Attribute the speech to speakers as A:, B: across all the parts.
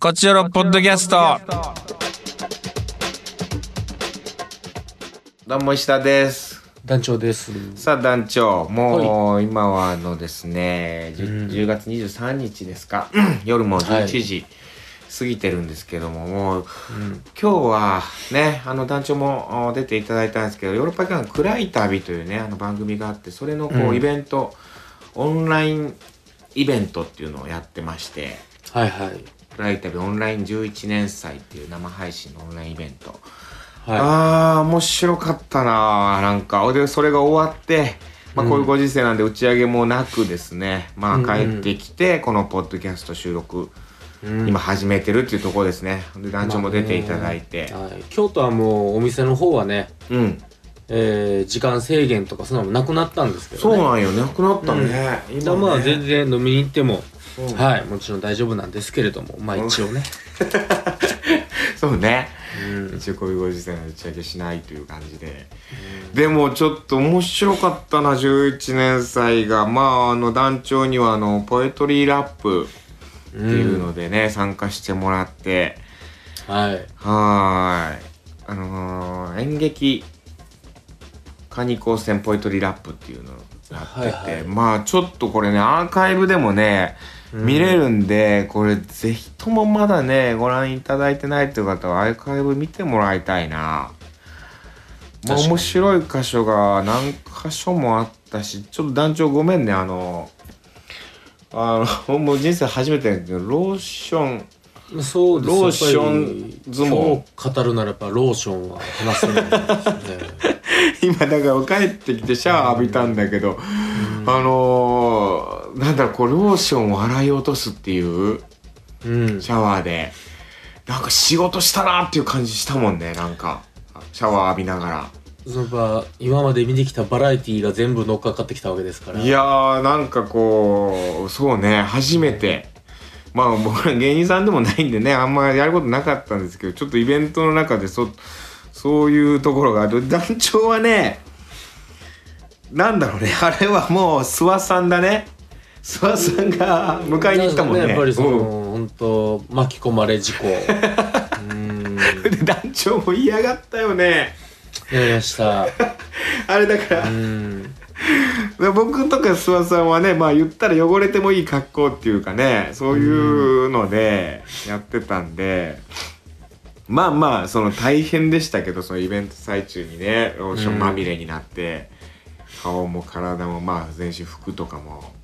A: こちらのポッドキャスト。
B: どうも石田です。
C: 団長です。
B: さあ団長、もう今はあのですね、じゅ 10, 月23日ですか、 夜も11時過ぎてるんですけども、もう今日はね、あの団長もお出ていただいたんですけど、ヨーロッパ間暗い旅というね、あの番組があって、それのこう、イベント、オンラインイベントっていうのをやってまして、
C: はいはい。
B: 暗い旅オンライン11年祭っていう生配信のオンラインイベント。
C: は
B: ああ面白かったななんかでそれが終わって、まあ、こういうご時世なんで打ち上げもなくですね、まあ
C: うんう
B: 帰
C: ん
B: ってきてこのポッドキャスト収録、
C: い。うん
B: 今始めてるっていうところですねで団長も出ていただいて、
C: はい、京都はもうお店の方はね、
B: うん
C: えー時間制限とかそんなのもなくなったんですけど、
B: そう
C: ね。
B: なんよねなくなったね、
C: うん
B: 今ね
C: まあ全然飲みに行っても、
B: うん
C: はい、もちろん大丈夫なんですけれども、まあ一応ね。
B: そうね
C: うん。
B: 一応こういうご時世の打ち上げしないという感じで、でもちょっと面白かったな11年祭がまああの団長にはあのポエトリーラップ
C: って
B: っていうのでね、参加してもらって
C: はい。
B: はーいあのー演劇カニ高専ポエトリーラップっていうのをやってて、
C: はいはい
B: まあちょっとこれねアーカイブでもね見れるんで、これぜひともまだねご覧いただいてないという方はアーカイブ見てもらいたいな、まあ、
C: 確かに
B: 面白い箇所が何箇所もあったしちょっと団長ごめんねあのあの もう人生初めてやけどローション
C: そうです
B: ローション相撲
C: やっぱり今日語るならばローションは話せないですね。
B: 今だから帰ってきてシャワー浴びたんだけど、あのーなんだろうこうローションを洗い落とすっていう
C: うん。
B: シャワーでなんか仕事したなっていう感じしたもんねなんかシャワー浴びなが
C: その場、今まで見てきたバラエティが全部乗っかかってきたわけですからら。
B: いやーなんかこうそうね初めてまあ僕ら芸人さんでもないんでねあんまやることなかったんですけどちょっとイベントの中でそそういうところがある団長はねなんだろうねあれはもう諏訪さんだね諏訪さんが迎えに行ったもんね
C: やっぱりその、
B: うん
C: 本当巻き込まれ 事故。うーん。
B: で団長も嫌がったよね
C: やりました。う
B: あれだから、
C: ーん。
B: で僕とか諏訪さんはねまあ言ったら汚れてもいい格好っていうかねそういうのでやってたんで、まあまあその大変でしたけどそのイベント最中にねローションまみれになって、顔も体もまあ全身服とかも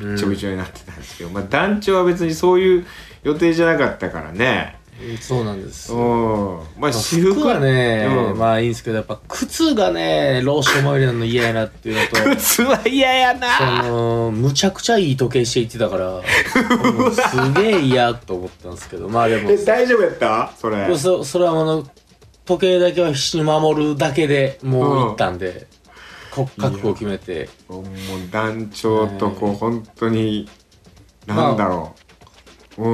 C: うん
B: ちょびちょびになってたんですけど、まあ団長は別にそういう予定じゃなかったからね
C: そうなんです。ま
B: うんまあ
C: あ
B: 私
C: 服
B: 服
C: はね、
B: うん
C: まあいいんですけど、やっぱ靴がね、ローションまみれなの嫌やなっていうのと、
B: 靴は嫌やな
C: その、むちゃくちゃいい時計していってたから、もうすげえ嫌と思ったんですけど、まあでも
B: え、大丈夫やったそれ
C: そそれはあの時計だけは必死に守るだけでもう行ったんで、こ覚悟を決めて
B: もう団長とこう
C: ね
B: 本当になんだろう、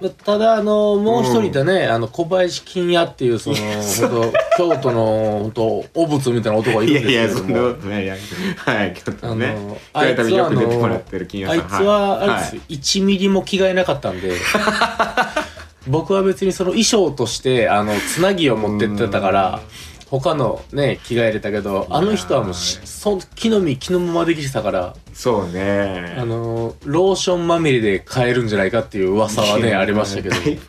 C: まただあのもう一人いたね、あの小林金也っていうその本当京都の本当お仏みたいな男が
B: う
C: い
B: んい
C: る
B: や
C: んです
B: い
C: けれ
B: やそん
C: ども
B: なことないいやはいちょっとね
C: あの
B: あいつはよく出てもらってる金
C: あい
B: 谷
C: つ
B: さん
C: は、あれです
B: い
C: よ、1ミリも着替えなかったん で僕は別にその衣装としてあのつなぎを持ってってたから他のね着替えれたけどあの人はもうしそ木の実木のままできてたから
B: そう
C: あ
B: ね
C: のローションまみれで買えるんじゃないかっていう噂はねありましたけど
B: だ いぶ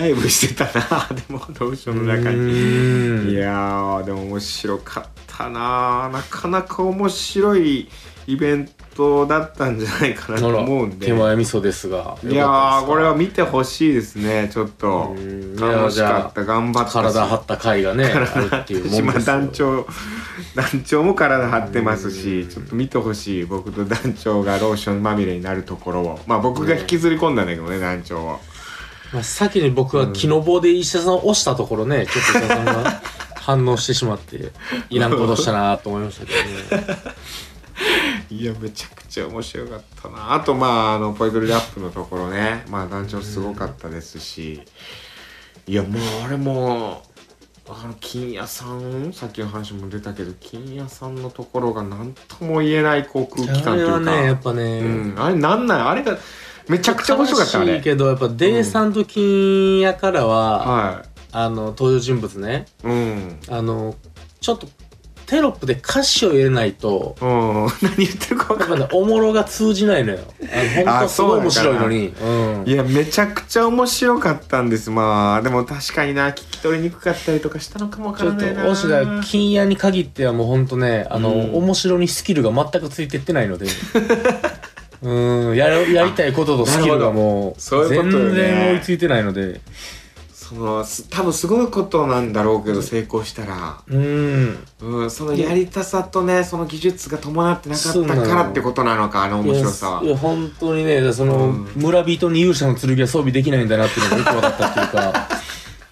B: だいぶしてたなでもどうしようの中
C: う
B: に
C: ーん
B: いやーでも面白かったななかなか面白いイベントだったんじゃないかな
C: あ
B: と
C: ら
B: 思うんで
C: 手前味噌ですが
B: いやーこれは
C: 見
B: 見てほしいですねちょっと
C: うん
B: 楽しかっ
C: い
B: た頑張ったし
C: 体張った回がねあるっていう も
B: 島
C: んですよ
B: 団長団長も体張ってますしちょっと見てほしい僕と団長がローションまみれになるところをまあ僕が引きずり込んだんだけどね団長を
C: まあ、先に僕は木の棒で石田さんを押したところね、ちょっと石田さん が反応してしまって、いらんことしたなと思いましたけどね。
B: いやめちゃくちゃ面白かったなあとまああのポイドルラップのところねまあ団長すごかったですしいやもうあれもあの金谷さんさっきの話も出たけど金谷さんのところが何とも言えないこう空気
C: あ
B: 感とい
C: れは
B: うか
C: ね、やっぱね、
B: うん、あれなんなんあれがめちゃくちゃ面白かったあ
C: 悲しい
B: れ
C: けどやっぱデイさんと金やからは、
B: は
C: あの登場人物ね
B: いうん
C: あのちょっとテロップで歌詞を入れないと
B: うん何言ってるか分か
C: やっ
B: んな
C: ぱ
B: い
C: ねおもろが通じないのよあの
B: あ
C: 本当すごい面
B: そう
C: 白い
B: なんだ
C: のにうん
B: いやめちゃくちゃ面白かったんですまあでも確かにな聞き取りにくかったりとかしたのかもわか
C: ちょ
B: ら
C: っ
B: ないな
C: と、おしが金屋に限ってはもうほんとね、あの、
B: うん
C: 面白にスキルが全くついてってないので。 うん、やるやりたいこととスキルがもう、
B: あなるほどそういう
C: 全
B: ことよね
C: 然追いついてないので。
B: そのす多分すごいことなんだろうけど成功したら
C: うん。
B: うんそのやりたさとねその技術が伴ってなかったからってことなのかあの面白さはい
C: や、いや本当にね、その、
B: うん
C: 村人に勇者の剣は装備できないんだなっていうのがよく分かったっていうか、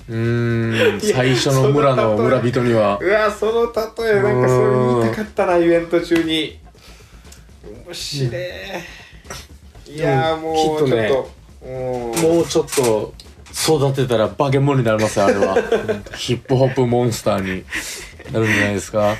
C: うん、最初の村の村人には。
B: うわその例えなんかそれ言いたかったなイベント中に面白えいやーもうちょ
C: きっとね
B: っとうん
C: もうちょっと育てたら化け物になりますよあれ はヒップホップモンスターになるんじゃないですか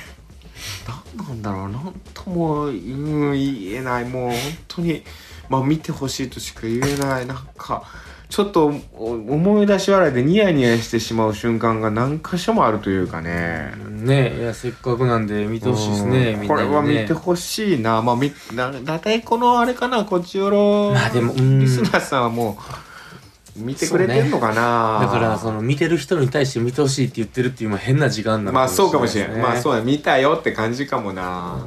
B: なんだろうなんとも、うん、言えないもう本当にまあ見てほしいとしか言えないなんかちょっとお思い出し笑いでニヤニヤしてしまう瞬間が何箇所もあるというかね。
C: ねいやせっかくなんで見てほしいですね
B: うん
C: みん
B: こ
C: な
B: れ
C: に
B: は見
C: ね
B: てほしいな、まあみな大体このあれかなこちよろ
C: まあでもうん
B: リスナーさんはもう見てくれてんのかな、
C: だからその見てる人に対して見てほしいって言ってるっていうまあ変な時間なの
B: まあそうかもしれない、まあそううだ見たよって感じかもな、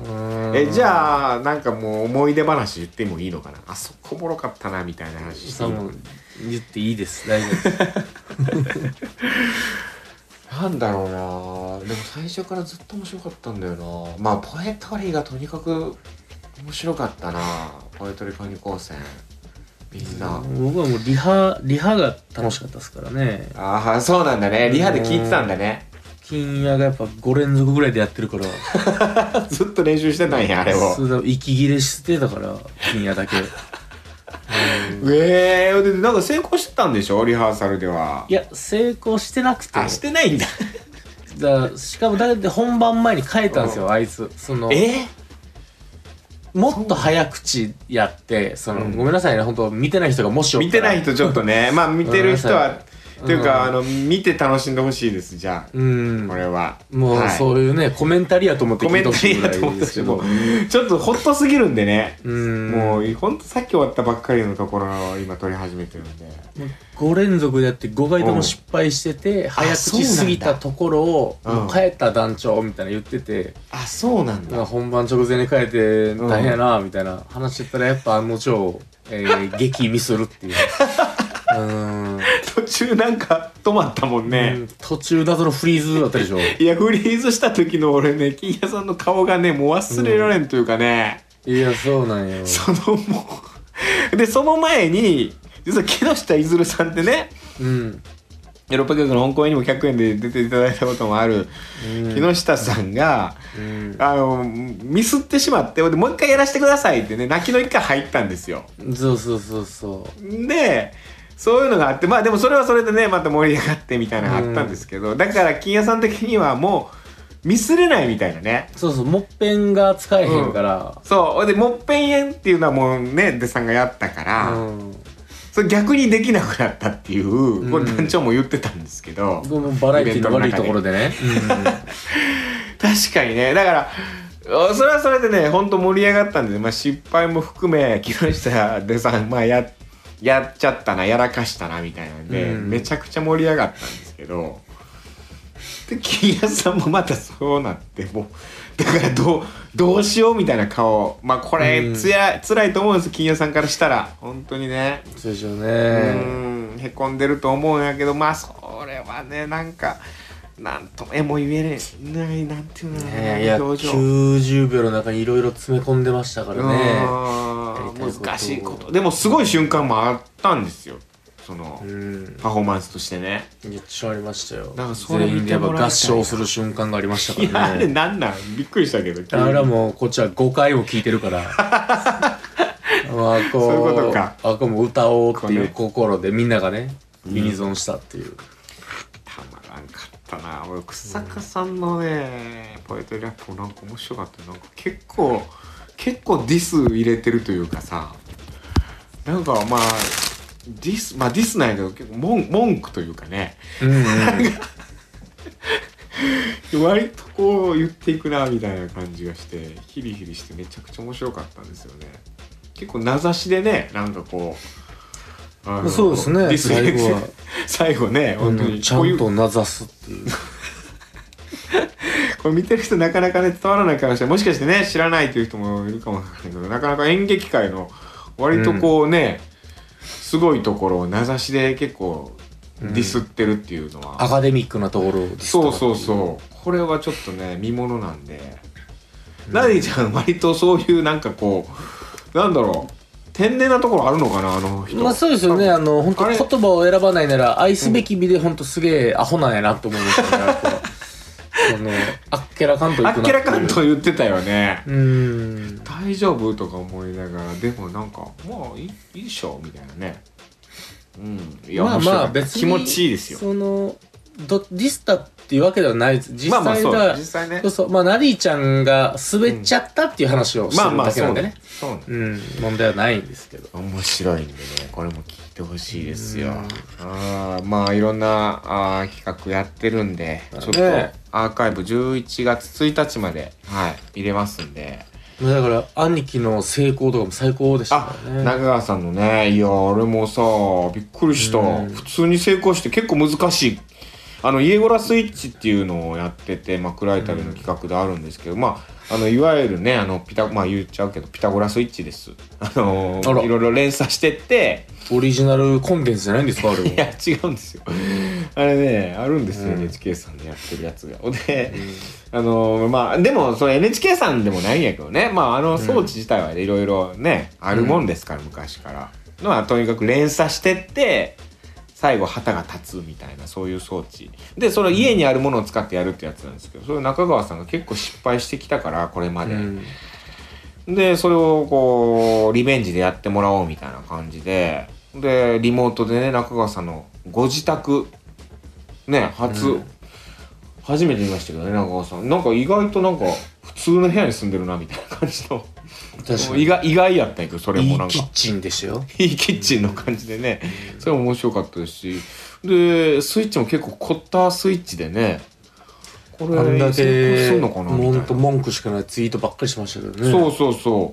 C: え
B: えじゃあなんかもう思い出話言ってもいいのかなあそこおもろかったなみたいな話していいの
C: 言っていいです大丈夫です
B: なんだろうなでも最初からずっと面白かったんだよなまあポエトリーがとにかく面白かったなポエトリーパニ高専みんな、
C: 僕はもうリハリハが楽しかったですからね
B: ああそうなんだねリハで聞いてたんだね
C: 金夜がやっぱ5連続ぐらいでやってるから
B: ずっと練習してたんやあれを
C: そうだ息切れしてたから金夜だ けうん
B: ええー、でなんか成功してたんでしょリハーサルではい
C: や成功してなくて
B: あしてないんだ
C: だしかもだって本番前に変えたんです
B: う
C: よあいつその
B: え
C: もっと早口やってその、
B: うん
C: ごめんなさいね本当見てない人がもしおったら
B: 見てない人ちょっと ねまあ見てる人
C: うん
B: はというか、
C: うん
B: あの見て楽しんでほしいですじゃあ、
C: うん
B: これは
C: もう
B: はい
C: そういうねコメンタリーやと思って
B: コメントに
C: いぐら
B: だと思
C: い
B: っ
C: で
B: た
C: す
B: し
C: け
B: も
C: ど
B: うちょっとホッとすぎるんでね、
C: うん
B: もうほんとさっき終わったばっかりのところを今撮り始めてるんで
C: 5連続でやって5回とも失敗してて早口過ぎたところを「
B: そうなんだ
C: もう帰った団長」みたいな言ってて、
B: あそうなん
C: なんか本番直前に変えて大変やなみたいな話してたらやっぱ案の定、え ー、激ミスるっていう。うーん
B: 途中なんか止まったもん
C: う
B: ね
C: ん、途中謎のフリーズだったでしょ
B: いやフリーズした時の俺ね金谷さんの顔がねもう忘れられんというかね、
C: いやそうなんよ
B: そのもうでその前に実は木下いずるさんってね
C: うん、
B: ヨーロッパ局の本公演にも100円で出ていただいたこともある
C: うん
B: 木下さんが、
C: うん
B: あのミスってしまってでもう一回やらせてくださいってね泣きの一回入ったんですよ
C: そうそうそうそ
B: でそういうのがあってまあでもそれはそれでねまた盛り上がってみたいなのがあったんですけど、だから金谷さん的にはもうミスれないみたいなね
C: うそうそうもっぺんが使えへんから、
B: そうほいでもっぺんやんっていうのはもうね出さんがやったから、
C: うん
B: それ逆にできなくなったっていうこれ
C: うん
B: 団長も言ってたんですけど、
C: このバラエティの悪いところでね、
B: 確かにねだからあそれはそれでねほんと盛り上がったんで、まあ、失敗も含め木下でさん、まあ、ややっちゃったなやらかしたなみたいなんで、
C: うん
B: めちゃくちゃ盛り上がったんですけどで金谷さんもまたそうなってもうだからどうどうしようみたいな顔まあこ
C: う
B: れ
C: ん
B: つや、辛いと思うんです金谷さんからしたら本当にね
C: うん、そうでしょう
B: う
C: ね、
B: んへこんでると思うんやけどまあそれはねなんかなんともえもう言えれないなんていうのかな
C: ねいや
B: 表情
C: 90秒の中にいろいろ詰め込んでましたからね
B: うん
C: やりたいこと
B: 難しいことでもすごい瞬間もあったんですよその
C: うん
B: パフォーマンスとしてね
C: めっちゃありましたよ
B: なんかそれ
C: 全
B: 見
C: 員で
B: て
C: やっ
B: もらいたいな
C: ぱ合唱する瞬間がありました
B: いや
C: か
B: あ
C: ら
B: れ
C: ね
B: なんなんびっくりしたけど
C: あれはもうこっちは5回を聞いてるから まあこう
B: そういうことか
C: あこうもう歌おうってい
B: こう
C: う
B: ね
C: 心でみんながねユニゾンしたっていう、
B: たまらんかったな俺草加さんのねポエトリーラップもなんか面白かったなんか結構結構ディス入れてるというかさなんかまあディスまあディスないけど結構文文句というかね
C: うんうん、
B: 割とこう言っていくなみたいな感じがしてヒリヒリしてめちゃくちゃ面白かったんですよね結構名指しでねなんかこうあの
C: そうですね
B: ディス
C: 最後は
B: 最後ね本当
C: う
B: に
C: んちゃ
B: こうい
C: ん
B: う
C: となざすっていう
B: これ見てる人なかなかね伝わらないかもしれないもしかしてね知らないという人もいるかもわからないけどなかなか演劇界の割とこうね、すごいところを名指しで結構ディスってるっていうのは、
C: アカデミックなところでした
B: そうそうそうこれはちょっとね見ものなんで、ナディちゃん割とそういうなんかこうなんだろう天然なところあるのかなあの人
C: まあそうですよねあの本
B: あれ
C: 当言葉を選ばないなら愛すべき美で本当すげえアホなんやなと思いましたねやっぱ そのあっけらかんといく
B: あ
C: な
B: っ
C: ていう
B: けらかんと言ってたよね
C: うーん
B: 大丈夫とか思いながらでもなんかまあいいいいっしょみたいなねうんいや
C: まあ
B: 面白
C: ま
B: か
C: あ
B: った
C: 別に
B: 気持ちいいですよ
C: そのどディスったっていうわけではないです実
B: まあまあ
C: 際が、
B: そう実際ね
C: そうそうまあナリーちゃんが滑っちゃったっていう話をして
B: まあ
C: る
B: まあ
C: だけ
B: そ
C: な
B: うん
C: で
B: ね
C: ね,、
B: そうね
C: うん問題はないんですけど
B: 面白いんでねこれも聞いてほしいですよあーまあいろんなあー企画やってるんでちょっと
C: ね
B: アーカイブ11月1日まではい見れますんで
C: まあだから兄貴の成功とかも最高でした
B: あ
C: からね
B: 中川さんのねいや俺もさびっくりした
C: うん
B: 普通に成功して結構難しいあのイエゴラスイッチっていうのをやってて、まあ、暗い旅の企画であるんですけど、まああのいわゆるねあのピタまあ言っちゃうけどピタゴラスイッチですあの
C: あら
B: いろいろ連鎖してって
C: オリジナルコンテンツじゃないんですかあれ
B: い
C: は
B: や違うんですよあれねあるんですよ、
C: うん
B: NHK さんでやってるやつがで、あのまあでもそれ NHK さんでもないんやけどねまああの装置自体はいろいろね、あるもんですから昔からまあとにかく連鎖してって最後旗が立つみたいなそういう装置でその家にあるものを使ってやるってやつなんですけどそれ中川さんが結構失敗してきたからこれまで、
C: うん
B: でそれをこうリベンジでやってもらおうみたいな感じででリモートでね中川さんのご自宅ね初、
C: うん
B: 初めて見ましたけどね中川さんなんか意外となんか普通の部屋に住んでるなみたいな感じの
C: 確かに
B: 意外意外やったんやけどそれも
C: い
B: なん
C: い
B: か
C: キッチンでしたよ
B: いいキッチンの感じでね、それも面白かったですしでスイッチも結構凝ったスイッチでねこれ
C: あんだ
B: 成功
C: け
B: するのかなみたい
C: もうほ
B: なん
C: と文句しかないツイートばっかりしましたけどね
B: そうそうそ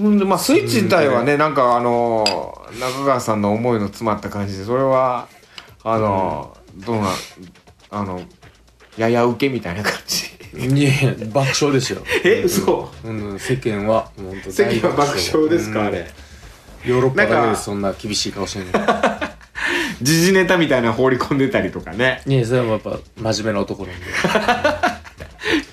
B: う。んでまあスイッチ自体はね、なんかあのー中川さんの思いの詰まった感じでそれはあのーどうなんあのやや受けみたいな感じ
C: いやいや爆笑ですよ
B: え嘘
C: うんうん世間はもうほんと
B: 関
C: 大
B: は爆笑ですか、
C: うん
B: あれ
C: ヨーロッパだ
B: な
C: け
B: ん
C: で
B: か
C: そんな厳しい顔してんの
B: 時事ネタみたいな放り込んでたりとかね
C: いやそれはやっぱ真面目な男なんで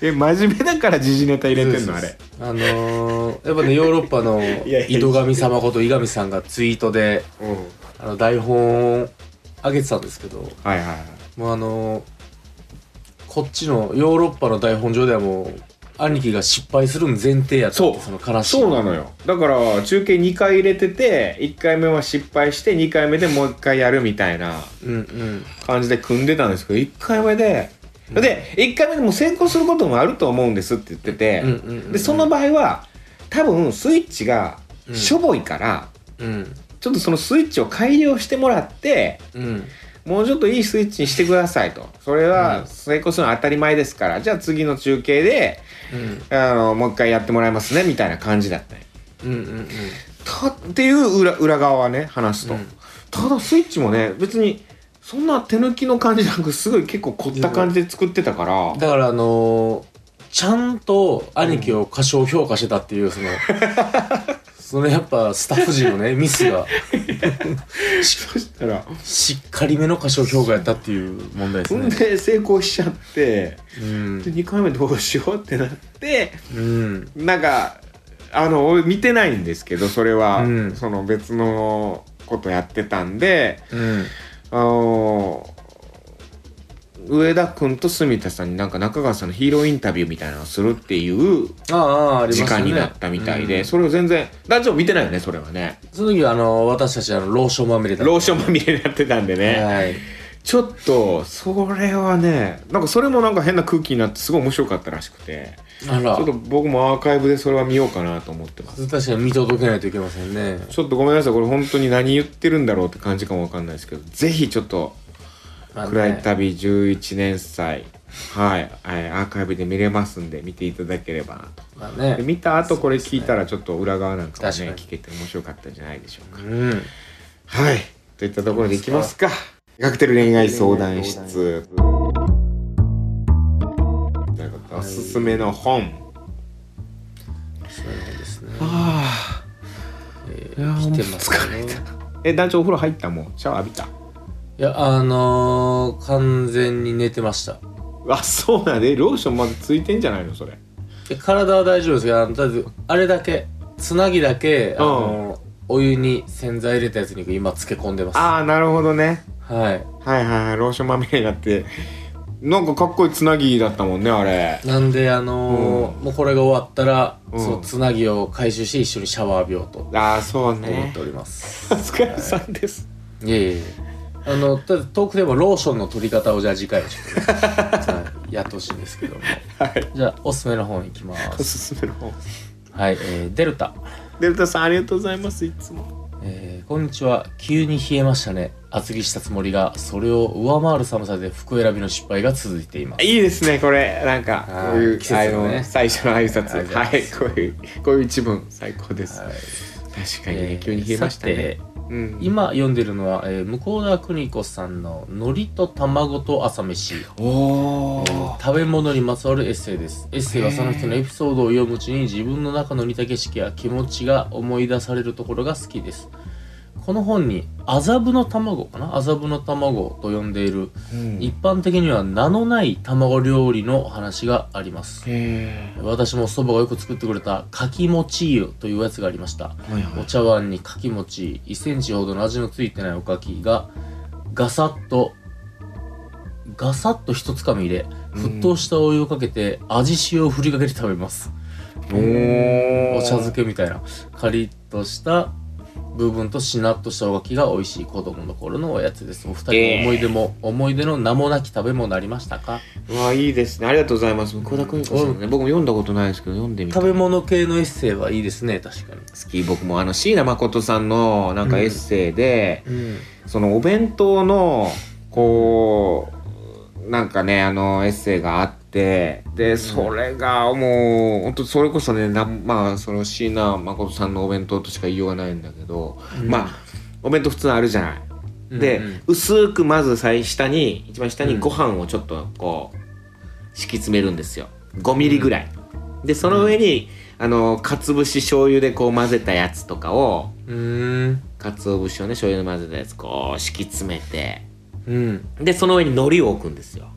B: え真面目だから時事ネタ入れてんのあれ
C: あのーやっぱねヨーロッパの
B: いや
C: 井戸上様こと井上さんがツイートで
B: うん
C: あの台本を上げてたんですけど
B: はいはいはい
C: もうあのーこっちのヨーロッパの台本上ではもう兄貴が失敗するの前提やったって
B: そう
C: その悲しい
B: そうなのよだから中継2回入れてて1回目は失敗して2回目でもう1回やるみたいな
C: うんうん
B: 感じで組んでたんですけど1回目で、で1回目でも成功することもあると思うんですって言ってて、
C: うんうんうんうん
B: でその場合は多分スイッチが
C: うん
B: しょぼいから、
C: うん
B: ちょっとそのスイッチを改良してもらって
C: うん
B: もうちょっといいスイッチにしてくださいとそれ
C: う
B: は
C: ん
B: 成功するのは当たり前ですから、じゃあ次の中継で
C: うん
B: あのもう一回やってもらいますねみたいな感じだったね
C: うんうんうん
B: たっていう裏裏側はね話すと、
C: うん
B: ただスイッチもね別にそんな手抜きの感じなくすごい結構凝った感じで作ってたから
C: だからあのーちゃんと兄貴を過小評価してたっていう その、そのやっぱスタッフ陣のねミスが
B: そしたら
C: しっかりめの過小評価やったっていう問題です
B: ほん
C: ね。
B: で成功しちゃって
C: うん
B: で2回目どうしようってなって
C: うん
B: なんかあの俺見てないんですけどそれは、
C: うん
B: その別のことやってたんで
C: うん
B: あの上田君と住田さんになんか中川さんのヒーローインタビューみたいなのをするっていう
C: あああり
B: 時
C: ました
B: 間
C: ね。
B: になったみたいで、
C: うん
B: それを全然団長見てないよねそれはね
C: その時はあの私たちあのローションまみれだった
B: ローションまみれになってたんでね、
C: はい。
B: ちょっとそれはねなんかそれもなんか変な空気になってすごい面白かったらしくて
C: あら
B: ちょっと僕もアーカイブでそれは見ようかなと思ってます
C: 確かに見届けないといけませんね
B: ちょっとごめんなさいこれ本当に何言ってるんだろうって感じかもわかんないですけどぜひちょっと
C: まあね
B: 暗い旅11年祭はい、はい、アーカイブで見れますんで見ていただければなと
C: まあね
B: で見た後これ聞いたらちょっと裏側なんかもね
C: 確かに
B: 聞けて面白かったんじゃないでしょうか
C: うん
B: はいといったところでいきますかカクテル恋愛相談室ということでおすすめの本
C: そうですね
B: あ
C: え
B: いやー
C: ー、来てますね
B: え団長お風呂入ったもうシャワー浴びた
C: いやあのー、完全に寝てました
B: あそうなんでローションまだついてんじゃないのそれ
C: で体は大丈夫ですけどあのとりあえずあれだけつなぎだけ、あのお湯に洗剤入れたやつに今漬け込んでます
B: ああなるほどね
C: はい
B: はいはいはいローションまみれになってなんかかっこいいつなぎだったもんねあれ
C: なんであのーもうこれが終わったら、
B: うん
C: そうつなぎを回収し一緒にシャワー浴びようと思
B: ああそう
C: っ
B: ね
C: ております、
B: お疲れさんです
C: いえいえあのとりあえずトークテーマローションの取り方をじゃあ次回ちょっとね、 はいやってほしいんですけども
B: はい
C: じゃあおすすめの方に行きま
B: お
C: す
B: すすめの本
C: はい、えーデルタ
B: デルタさんありがとうございますいつも
C: えーこんにちは急に冷えましたね厚着したつもりがそれを上回る寒さで服選びの失敗が続いています
B: いいですねこれなんか
C: あ
B: こ
C: ー
B: ういう、
C: 季節のね
B: あの最初の挨拶
C: ありがとうござい
B: は
C: ま
B: い
C: す
B: こういうこういう一文最高です、
C: はい
B: 確かにね、
C: えー
B: 急に冷えましたね
C: さて
B: うん
C: 今読んでるのは、えー、向田邦子さんの「海苔と卵と朝飯」
B: お
C: えー食べ物にまつわるエッセイですエッセイはその人のエピソードを読むうちに自分の中の似た景色や気持ちが思い出されるところが好きですこの本に麻布の卵かな麻布の卵と呼んでいる一般的には名のない卵料理の話があります
B: へ
C: 私も祖母がよく作ってくれたかきもち湯というやつがありました
B: ーはいは
C: お
B: い
C: 茶碗にかきもち1センチほどの味のついてないおかきがガサッとガサッと一つかみ入れ沸騰したお湯をかけて味塩をふりかけて食べます
B: おー
C: お茶漬けみたいなカリッとした部分としなっとしたおかきが美味しい子供の頃のおやつですお二人の思い出も、思い出の名もなき食べ物ありましたか
B: うわいいですねありがとうございます向田邦子さんね僕も読んだことないですけど読んでみたい
C: 食べ物系のエッセイはいいですね確かに
B: 好き僕もあの椎名誠さんのなんかエッセイで、
C: うん
B: そのお弁当のこうなんかねあのエッセイがあってでそれがもう本当それこそねなんまあその椎名誠さんのお弁当としか言いようがないんだけど、
C: うん
B: まあお弁当普通あるじゃない。で、薄くまず最下に一番下にご飯をちょっとこう敷き詰めるんですよ5ミリぐらい、でその上に、あの鰹節醤油でこう混ぜたやつとかを
C: うんうん
B: 鰹節をね醤油で混ぜたやつこう敷き詰めて
C: うん
B: でその上に海苔を置くんですよ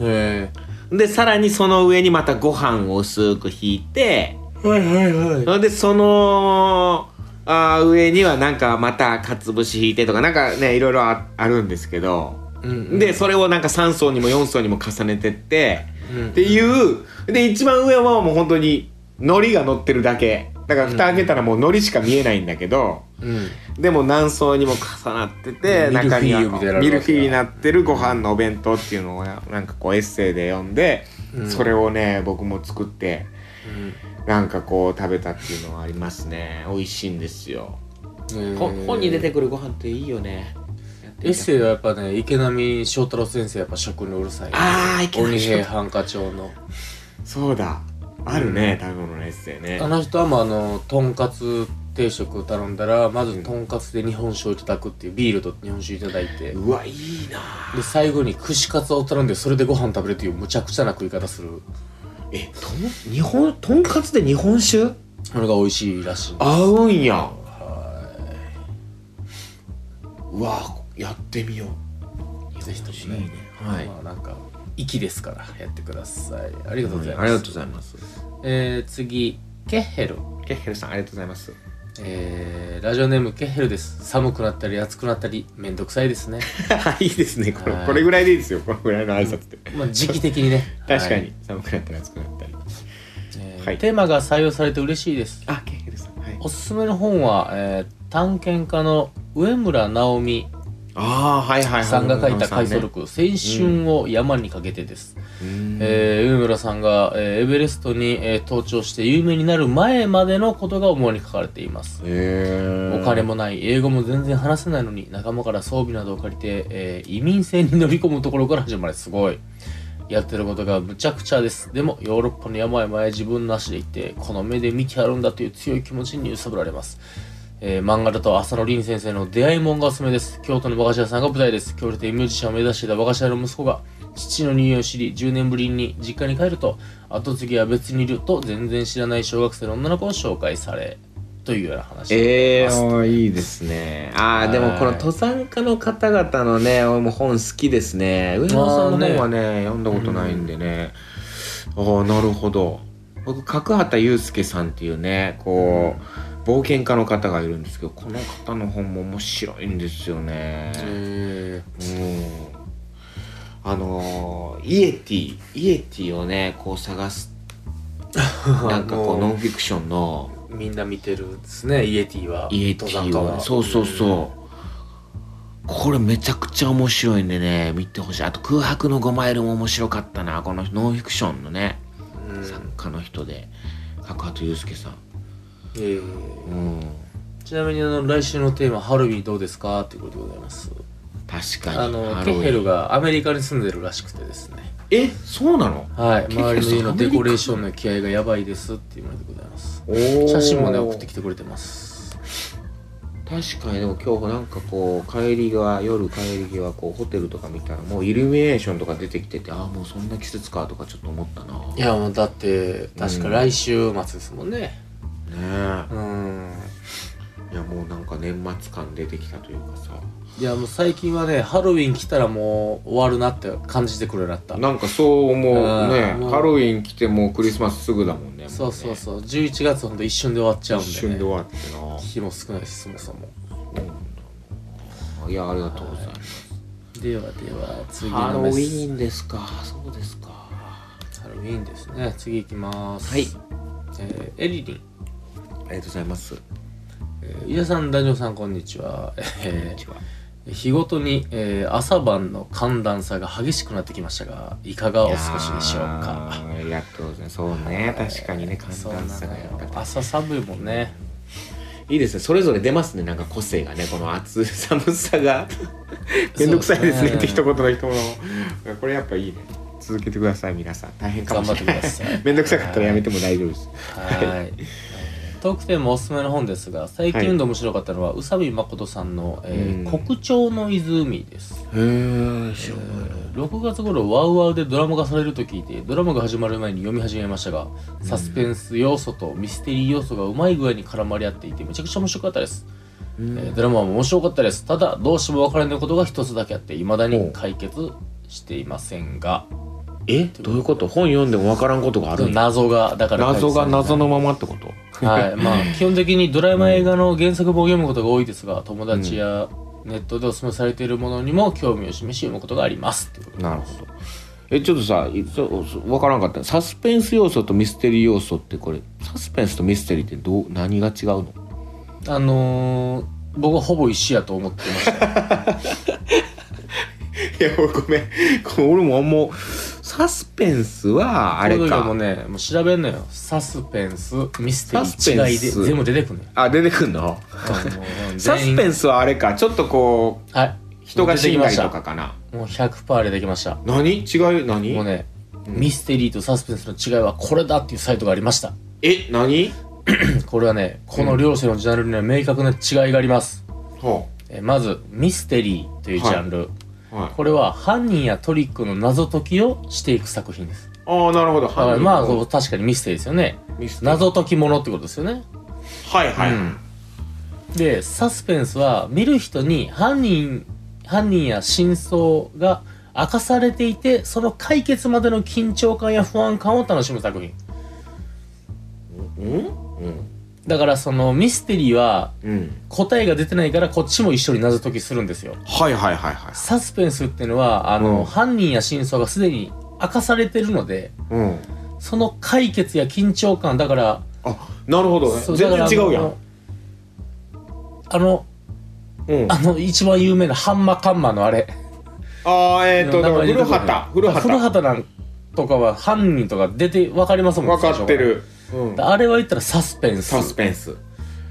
C: へ
B: でさらにその上にまたご飯を薄くひいて
C: えはいはいはい
B: それでそのあー上にはなんかまた鰹節ひいてとかなんかねいろいろああるんですけど
C: うん
B: でそれをなんか3層にも4層にも重ねてって
C: うん
B: っていうで一番上はもう本当に海苔が乗ってるだけだから蓋開けたらもう海苔しか見えないんだけど、
C: うん
B: でも何層にも重なってて
C: うん
B: 中には
C: ミルフィーユみたいなのが
B: ミルフィーユになってるご飯のお弁当っていうのをなんかこうエッセイで読んで、
C: うん
B: それをね僕も作ってなんかこう食べたっていうのはありますね美味しいんですよ、ほ本に出てくるご飯っていいよね
C: エッセイはやっぱね池波正太郎先生やっぱ食にうるさい
B: あー池波
C: 鬼
B: 正太郎
C: 平犯科帳の
B: そうだあるね、食べ物のエッセイね
C: あの人はもうあのとんかつ定食頼んだらまずとんかつで日本酒をいただくっていうビールと日本酒いただいて
B: うわいいな
C: で最後に串カツを頼んでそれでご飯食べるというむちゃくちゃな食い方する
B: えとん日本とんかつで日本酒
C: それが美味しいらしい
B: 合うんやうわやってみよう
C: ぜひともね
B: いいねはい、
C: まあなんか息ですからやってくださいありがとうございます、
B: ありがとうございます
C: えー次ケッヘル
B: ケッヘルさんありがとうございます
C: えーラジオネームケッヘルです寒くなったり暑くなったりめんどくさいですね、
B: いいですねこれ
C: はい
B: これぐらいでいいですよこのぐらいの挨拶って
C: まあ、時期的にね
B: 確か
C: は
B: に
C: い
B: 寒くなったり暑くなったり
C: えー
B: はい
C: テーマが採用されて嬉しいです
B: あケッヘルさんはい
C: おすすめの本は、えー探検家の上村直美
B: ああはいはいはい
C: さんが書いた回想
B: ね
C: 録「青春を山にかけて」です、
B: うん
C: えー、上村さんが、えーエベレストに、えー登頂して有名になる前までのことが主に書かれています
B: えー
C: お金もない英語も全然話せないのに仲間から装備などを借りて、えー移民船に乗り込むところから始まりすごいやってることがむちゃくちゃですでもヨーロッパの山々へ自分の足で行ってこの目で見てやるんだという強い気持ちに揺さぶられます、えー漫画だと浅野凛先生の出会いもんがおすすめです京都の和菓子屋さんが舞台です協力でミュージシャンを目指していた和菓子屋の息子が父の入院を知り10年ぶりに実家に帰ると後継ぎは別にいると全然知らない小学生の女の子を紹介されというような話
B: ええ
C: ます
B: ー、いいですねああでもこの登山家の方々のね俺も本好きですね上野さんの本はね読んだことないんでね、ああなるほど僕角畑雄介さんっていうねこう冒険家の方がいるんですけどこの方の本も面白いんですよね、
C: え
B: うんあのーイエティイエティをねこう探 すなんかこうノンフィクションの
C: みんな見てるんですねイエティは
B: イエティ
C: 登山家
B: はそうそうそうこれめちゃくちゃ面白いんでね見てほしいあと空白の5マイルも面白かったなこのノンフィクションのね
C: うん、
B: 作家の人で角畑祐介さん
C: えー
B: うん
C: ちなみにあの来週のテーマ「ハロウィンどうですか?」っていうことでございます
B: 確かに
C: あの
B: ハ
C: ケ
B: ロウィン
C: ヘルがアメリカに住んでるらしくてですね
B: えそうなの
C: は い
B: ケヘル
C: 周
B: ア
C: りの家の
B: メリ
C: デ
B: カ
C: コレーションの気合がやばいですっていうものでございます
B: おー
C: 写真もね送ってきてくれてます
B: 確かにでも今日なんかこう帰りが夜帰り際こうホテルとか見たらもうイルミネーションとか出てきててああもうそんな季節かとかちょっと思ったない
C: やもうだって確か来週末ですもんね
B: ね
C: うん
B: えいやもうなんか年末感出てきたというかさ
C: いやもう最近はねハロウィン来たらもう終わるなって感じてくれるようになった
B: なんかそう思うね
C: うん
B: ハロウィン来てもうクリスマスすぐだもんね
C: そうそう
B: う
C: そう11月ほんと一瞬で終わっちゃうんで、ね、
B: 一瞬で終わってな
C: 日も少ないしそもそも
B: いやありがとうございます
C: ではでは次
B: ハロ
C: の
B: ウ
C: メッセ
B: ィーンですかそうですかあ
C: ハロウィーンですね次行きます
B: はい、
C: えーエリリン、
B: りがとうございます
C: えー、伊田さん男女さんこんにちは、
B: こん
C: え
B: にちは
C: ー日ごとに、えー朝晩の寒暖差が激しくなってきましたがいかがお過ごしでしょうか
B: いやーありがとうございますそうね確かにね寒
C: そうな
B: 暖差が
C: の
B: や
C: よ
B: っぱ
C: 朝寒いもんね
B: いいですねそれぞれ出ますねなんか個性がねこの暑 寒さがめんどくさいですね
C: そうですね
B: って一言の人もこれやっぱいいね続けてください皆さん大変かもしれない
C: 頑張ってください
B: めんどくさかったらやめても大丈夫です
C: はい。トークテーマおすすめの本ですが最近読んで面白かったのは宇佐美誠さんの「えー
B: うん
C: 国鳥の泉」です
B: へえしょ
C: 6月頃ワウワウでドラマがされると聞いてドラマが始まる前に読み始めましたがサスペンス要素とミステリー要素がうまい具合に絡まり合っていてめちゃくちゃ面白かったです、えードラマも面白かったですただどうしても分からないことが一つだけあっていまだに解決していませんが
B: えどういうこと本読んでもわからんことがあるんだ
C: 謎がだから解
B: 謎
C: 決さ
B: が
C: れてない
B: 謎のままってこと
C: はい、まあ基本的にドラマ映画の原作本を読むことが多いですが友達やネットでおすすめされているものにも興味を示し読むことがありますっていうこと
B: なるほどえちょっとさいそそわからんかったサスペンス要素とミステリー要素ってこれサスペンスとミステリーってどう何が違うの
C: あのー僕はほぼ一緒やと思ってました
B: いや俺ごめんこれ俺もあんまサスペンスはあれ
C: この時はもう
B: か
C: ねもう調べんのよサスペンスミステ
B: サ
C: リ
B: スペン
C: ー
B: ス
C: 違いで全部出てくんのよ
B: あ出てくんのサスペ
C: ン
B: ンスはあれかちょっとこう
C: はい
B: 人が死んだりと
C: 出てきま
B: かかな
C: したもう100%出てきました
B: 何違い何
C: もうね、ミステリーとサスペンスの違いはこれだっていうサイトがありました
B: え何
C: これはねこの両者のジャンルには明確な違いがあります、
B: は
C: えーまずミステリーというジャンル、
B: あ、はい、
C: これは犯人やトリックの謎解きをしていく作品です
B: ああなるほど
C: だから
B: はい
C: まあそう確かにミステリーですよね
B: ミステリー
C: 謎解き物ってことですよね
B: はいはい、
C: うんでサスペンスは見る人に犯人犯人や真相が明かされていてその解決までの緊張感や不安感を楽しむ作品
B: うんうん
C: だからそのミステリーは
B: うん
C: 答えが出てないからこっちも一緒に謎解きするんですよ
B: はいはいはいはい
C: サスペンスっていうのはあの、
B: うん
C: 犯人や真相がすでに明かされてるので
B: うん
C: その解決や緊張感だから
B: あなるほどね
C: そう
B: 全然違うや
C: だ
B: ん
C: からあのあの
B: うん
C: あの一番有名なハンマカンマのあれ
B: ああえっ、とだ
C: 名
B: から
C: 前出て
B: 古
C: こない
B: 畑古
C: 古
B: 畑
C: 畑なんとかは犯人とか出て分かりますもん
B: 分かってる、うん
C: 最初からあれは言ったらサスペンス
B: サスペンス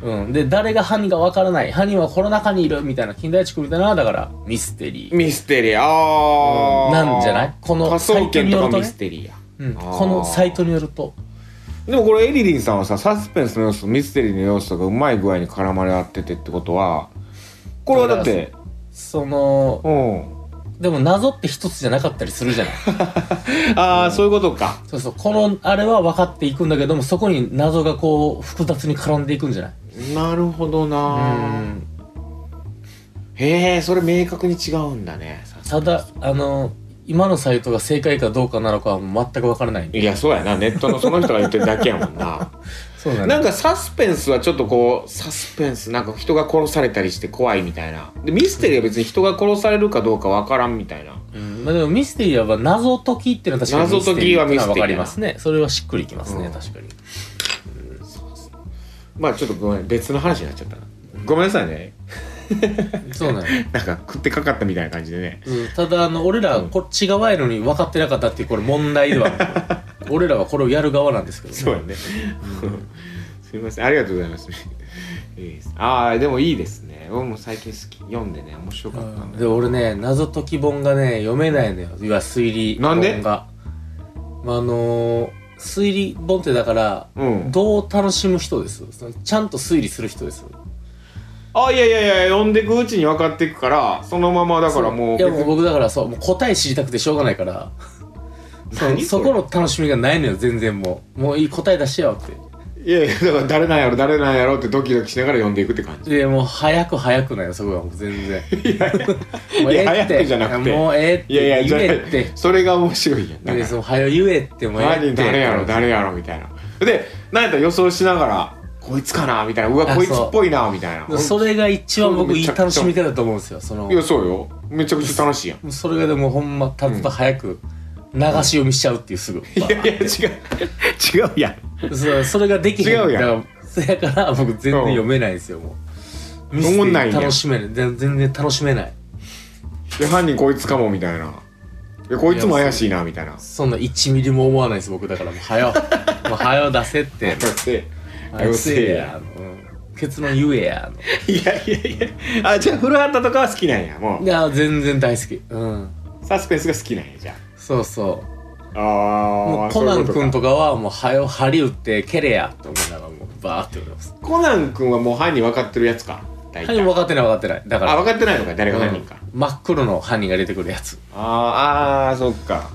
C: うん、で誰が犯人か分からない犯人はこの中にいるみたいな金田一君みたいなだからミステリー、
B: ミステリーああ、
C: なんじゃないこの
B: 科捜研とかミス
C: サ
B: テリーや
C: うん、
B: あー
C: このサイトによると
B: でもこれエリリンさんはさサスペンスの要素とミステリーの要素がうまい具合に絡まれ合っててってことはこれはだって
C: その
B: うん
C: でも謎って一つじゃなかったりするじゃない
B: ああ、そういうことか
C: そうそうこのあれは分かっていくんだけどもそこに謎がこう複雑に絡んでいくんじゃない
B: なるほどなへえそれ明確に違うんだね
C: ただあの今のサイトが正解かどうかなのかはもう全く分からない
B: いやそうやなネットのその人が言ってるだけやもんな
C: そうなんだ
B: なんかサスペンスはちょっとこうサスペンスなんか人が殺されたりして怖いみたいなでミステリーは別に人が殺されるかどうかわからんみたいな
C: うんまあ、でもミステリーはまあ謎解きっていうのは確かに
B: 謎解きはミステリー
C: わかりますねそれはしっくりきますね、
B: うん
C: 確かに
B: まあちょっとごめん別の話になっちゃったなごめんなさいね
C: そうなの、
B: なんか食ってかかったみたいな感じでね
C: うん、ただあの俺らこっち側やのに分かってなかったっていうこれ問題ではあ る俺らはこれをやる側なんですけど、ね、
B: そうやねすいませんありがとうございますいいですああでもいいですね俺も最近好き読んでね面白かったんだよ
C: で俺ね謎解き本がね読めないのよいわ推理
B: なんで
C: 本がまああのー推理本ってだから、
B: うん
C: どう楽しむ人ですそのちゃんと推理する人です
B: あいやいやいや読んでくうちに分かっていくからそのままだからもう
C: いや
B: 別
C: もう
B: に
C: 僕だからそうもう答え知りたくてしょうがないから そ
B: 何
C: そこの楽しみがないのよ全然もうもういい答え出しやよっ
B: いやいやだから誰なんやろ誰なんやろってドキドキしながら読んでいくって感じ
C: てでもう早く早くないよそこはもう全 然 もう
B: い
C: え
B: や
C: えっ
B: 早く
C: て
B: じゃなくて
C: もうええって
B: いやいや
C: 言
B: じゃ
C: え って
B: それが面白いやんだか
C: で
B: ら
C: その早言えってもうええって
B: 何誰やろ誰やろみたいなで何やったら予想しながらこいつかなみたいなうわ
C: あ
B: こいつっぽいなみたいな
C: それが一番僕いい楽しみ方だと思うんですよその
B: いやそうよめちゃくちゃ楽しいやん
C: それがでもほんまたっと早く流し読みしちゃうっていう すぐ、
B: いやいや違う違うやん
C: そうそれができへん
B: 違うやん
C: だからそやから僕全然読めないんですよもうミステリー
B: 思んないんや
C: 楽しめない全全然楽しめない
B: で犯人こいつかもみたいないやこいつも怪しいなみたいな
C: そんな1ミリも思わないです僕だからもう早うもう早う出せっ
B: だ
C: て
B: って
C: 早うせえやうん結論言えや
B: いやいやいやあじゃあ古畑とかは好きなんやも
C: いや全然大好きうん
B: うサスペンスが好きなんやじゃ
C: そうそう
B: ああ
C: も
B: ー
C: うコナン
B: そ
C: 君
B: ういうこと
C: かはもう早う張り打って蹴れやと思いながらもうバーって思います
B: かコナン君はもう犯人分かってるやつか大
C: 犯人
B: 体
C: 分かってない分かってないだか
B: あ
C: ら
B: 分かってないのか誰が犯人か、
C: うん真っ黒の犯人が出てくるやつ
B: あーあーそっか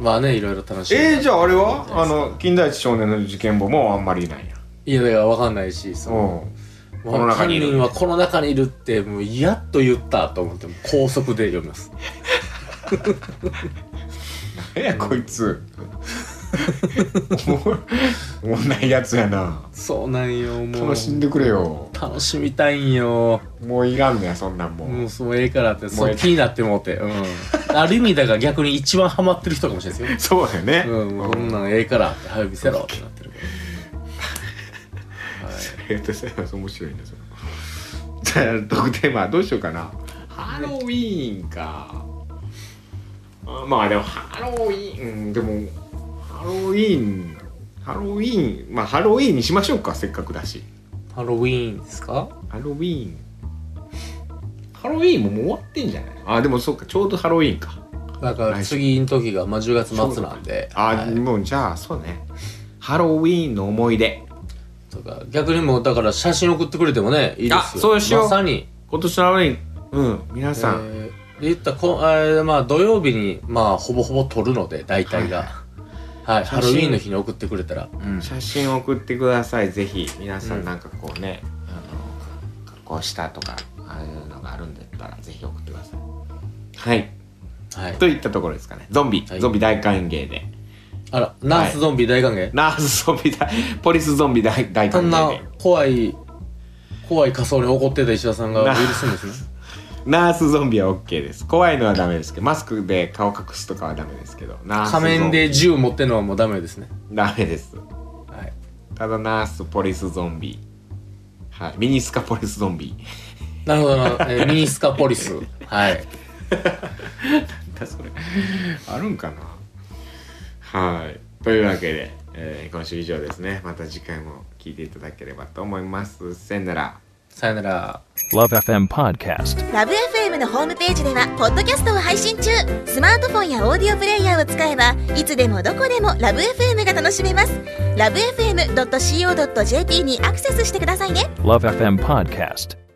C: まあねいろいろ楽しい
B: えー、じゃああれはあの金田一少年の事件簿もあんまりいないや
C: いやだから分かんないしその
B: ん
C: もう
B: この中
C: 犯
B: にいる
C: 人はこの中にいるってもうやっと言ったと思ってもう高速で読みます
B: えやこいつおもおもんないやつやな
C: そうなんよもう
B: 楽しんでくれよ
C: 楽しみたいんよ
B: もういらんのやそんなんもう、
C: もうそうええからってそう
B: ええ
C: 気になってもうてうんある意味だから逆に一番ハマってる人かもしれないですよ
B: そうだよね、
C: うん、もうそんなんええからって早く見せろってなってるから、はい、
B: ありがとうございます 面白いねそれじゃあ特テーマどうしようかなハロウィーンかあまあでもハロウィーンうんでもハロウィーンハロウィーンまあハロウィーンにしましょうかせっかくだし
C: ハロウィーンですか
B: ハロウィーンハロウィーンももう終わってんじゃないあでもそうかちょうどハロウィーンか
C: だから次の時が、まあ、10月末なんで
B: あ、
C: はい
B: もうじゃあそうねハロウィーンの思い出
C: とか逆にもうだから写真送ってくれてもねいいですよ
B: あそうしよう
C: まさに
B: 今年のハロウィーンうん皆さん、
C: えーで言ったらこ、えーまあ、土曜日に、まあ、ほぼほぼ撮るので大体が、はい
B: 写真
C: ハロウィーンの日に送ってくれたら、うん
B: 写真を送ってくださいぜひ皆さ
C: うん
B: んなんかこうね、あの加工したとかああいうのがあるんだったらぜひ送ってくださいはい
C: はい、
B: といったところですかねゾンビ、
C: はい
B: ゾンビ大歓迎で
C: あらナースゾンビ大歓迎、
B: ナースゾンビ大ポリスゾンビ大大
C: あ
B: 歓
C: ん
B: 迎
C: な
B: で
C: 怖い怖い仮装に怒ってた石田さんがウイ
B: な
C: ルスんですね
B: ナースゾンビは OK です怖いのはダメですけどマスクで顔隠すとかはダメですけどナースゾン
C: 仮
B: ビ
C: 面で銃持ってんのはもうダメですね
B: ダメです
C: はい
B: ただナースポリスゾンビはいミニスカポリスゾンビ
C: なるほどなるほど、 えーミニスカポリス。はい。
B: だそれあるんかなはいというわけで、えー今週以上ですねまた次回も聞いていただければと思いますせんなら
C: さよなら。
A: Love FM Podcast.
D: ラブ f m のホームページではポッドキャストを配信中スマートフォンやオーディオプレイヤーを使えばいつでもどこでもラブ f m が楽しめますラブ FM.co.jp にアクセスしてくださいね
A: Love FM Podcast.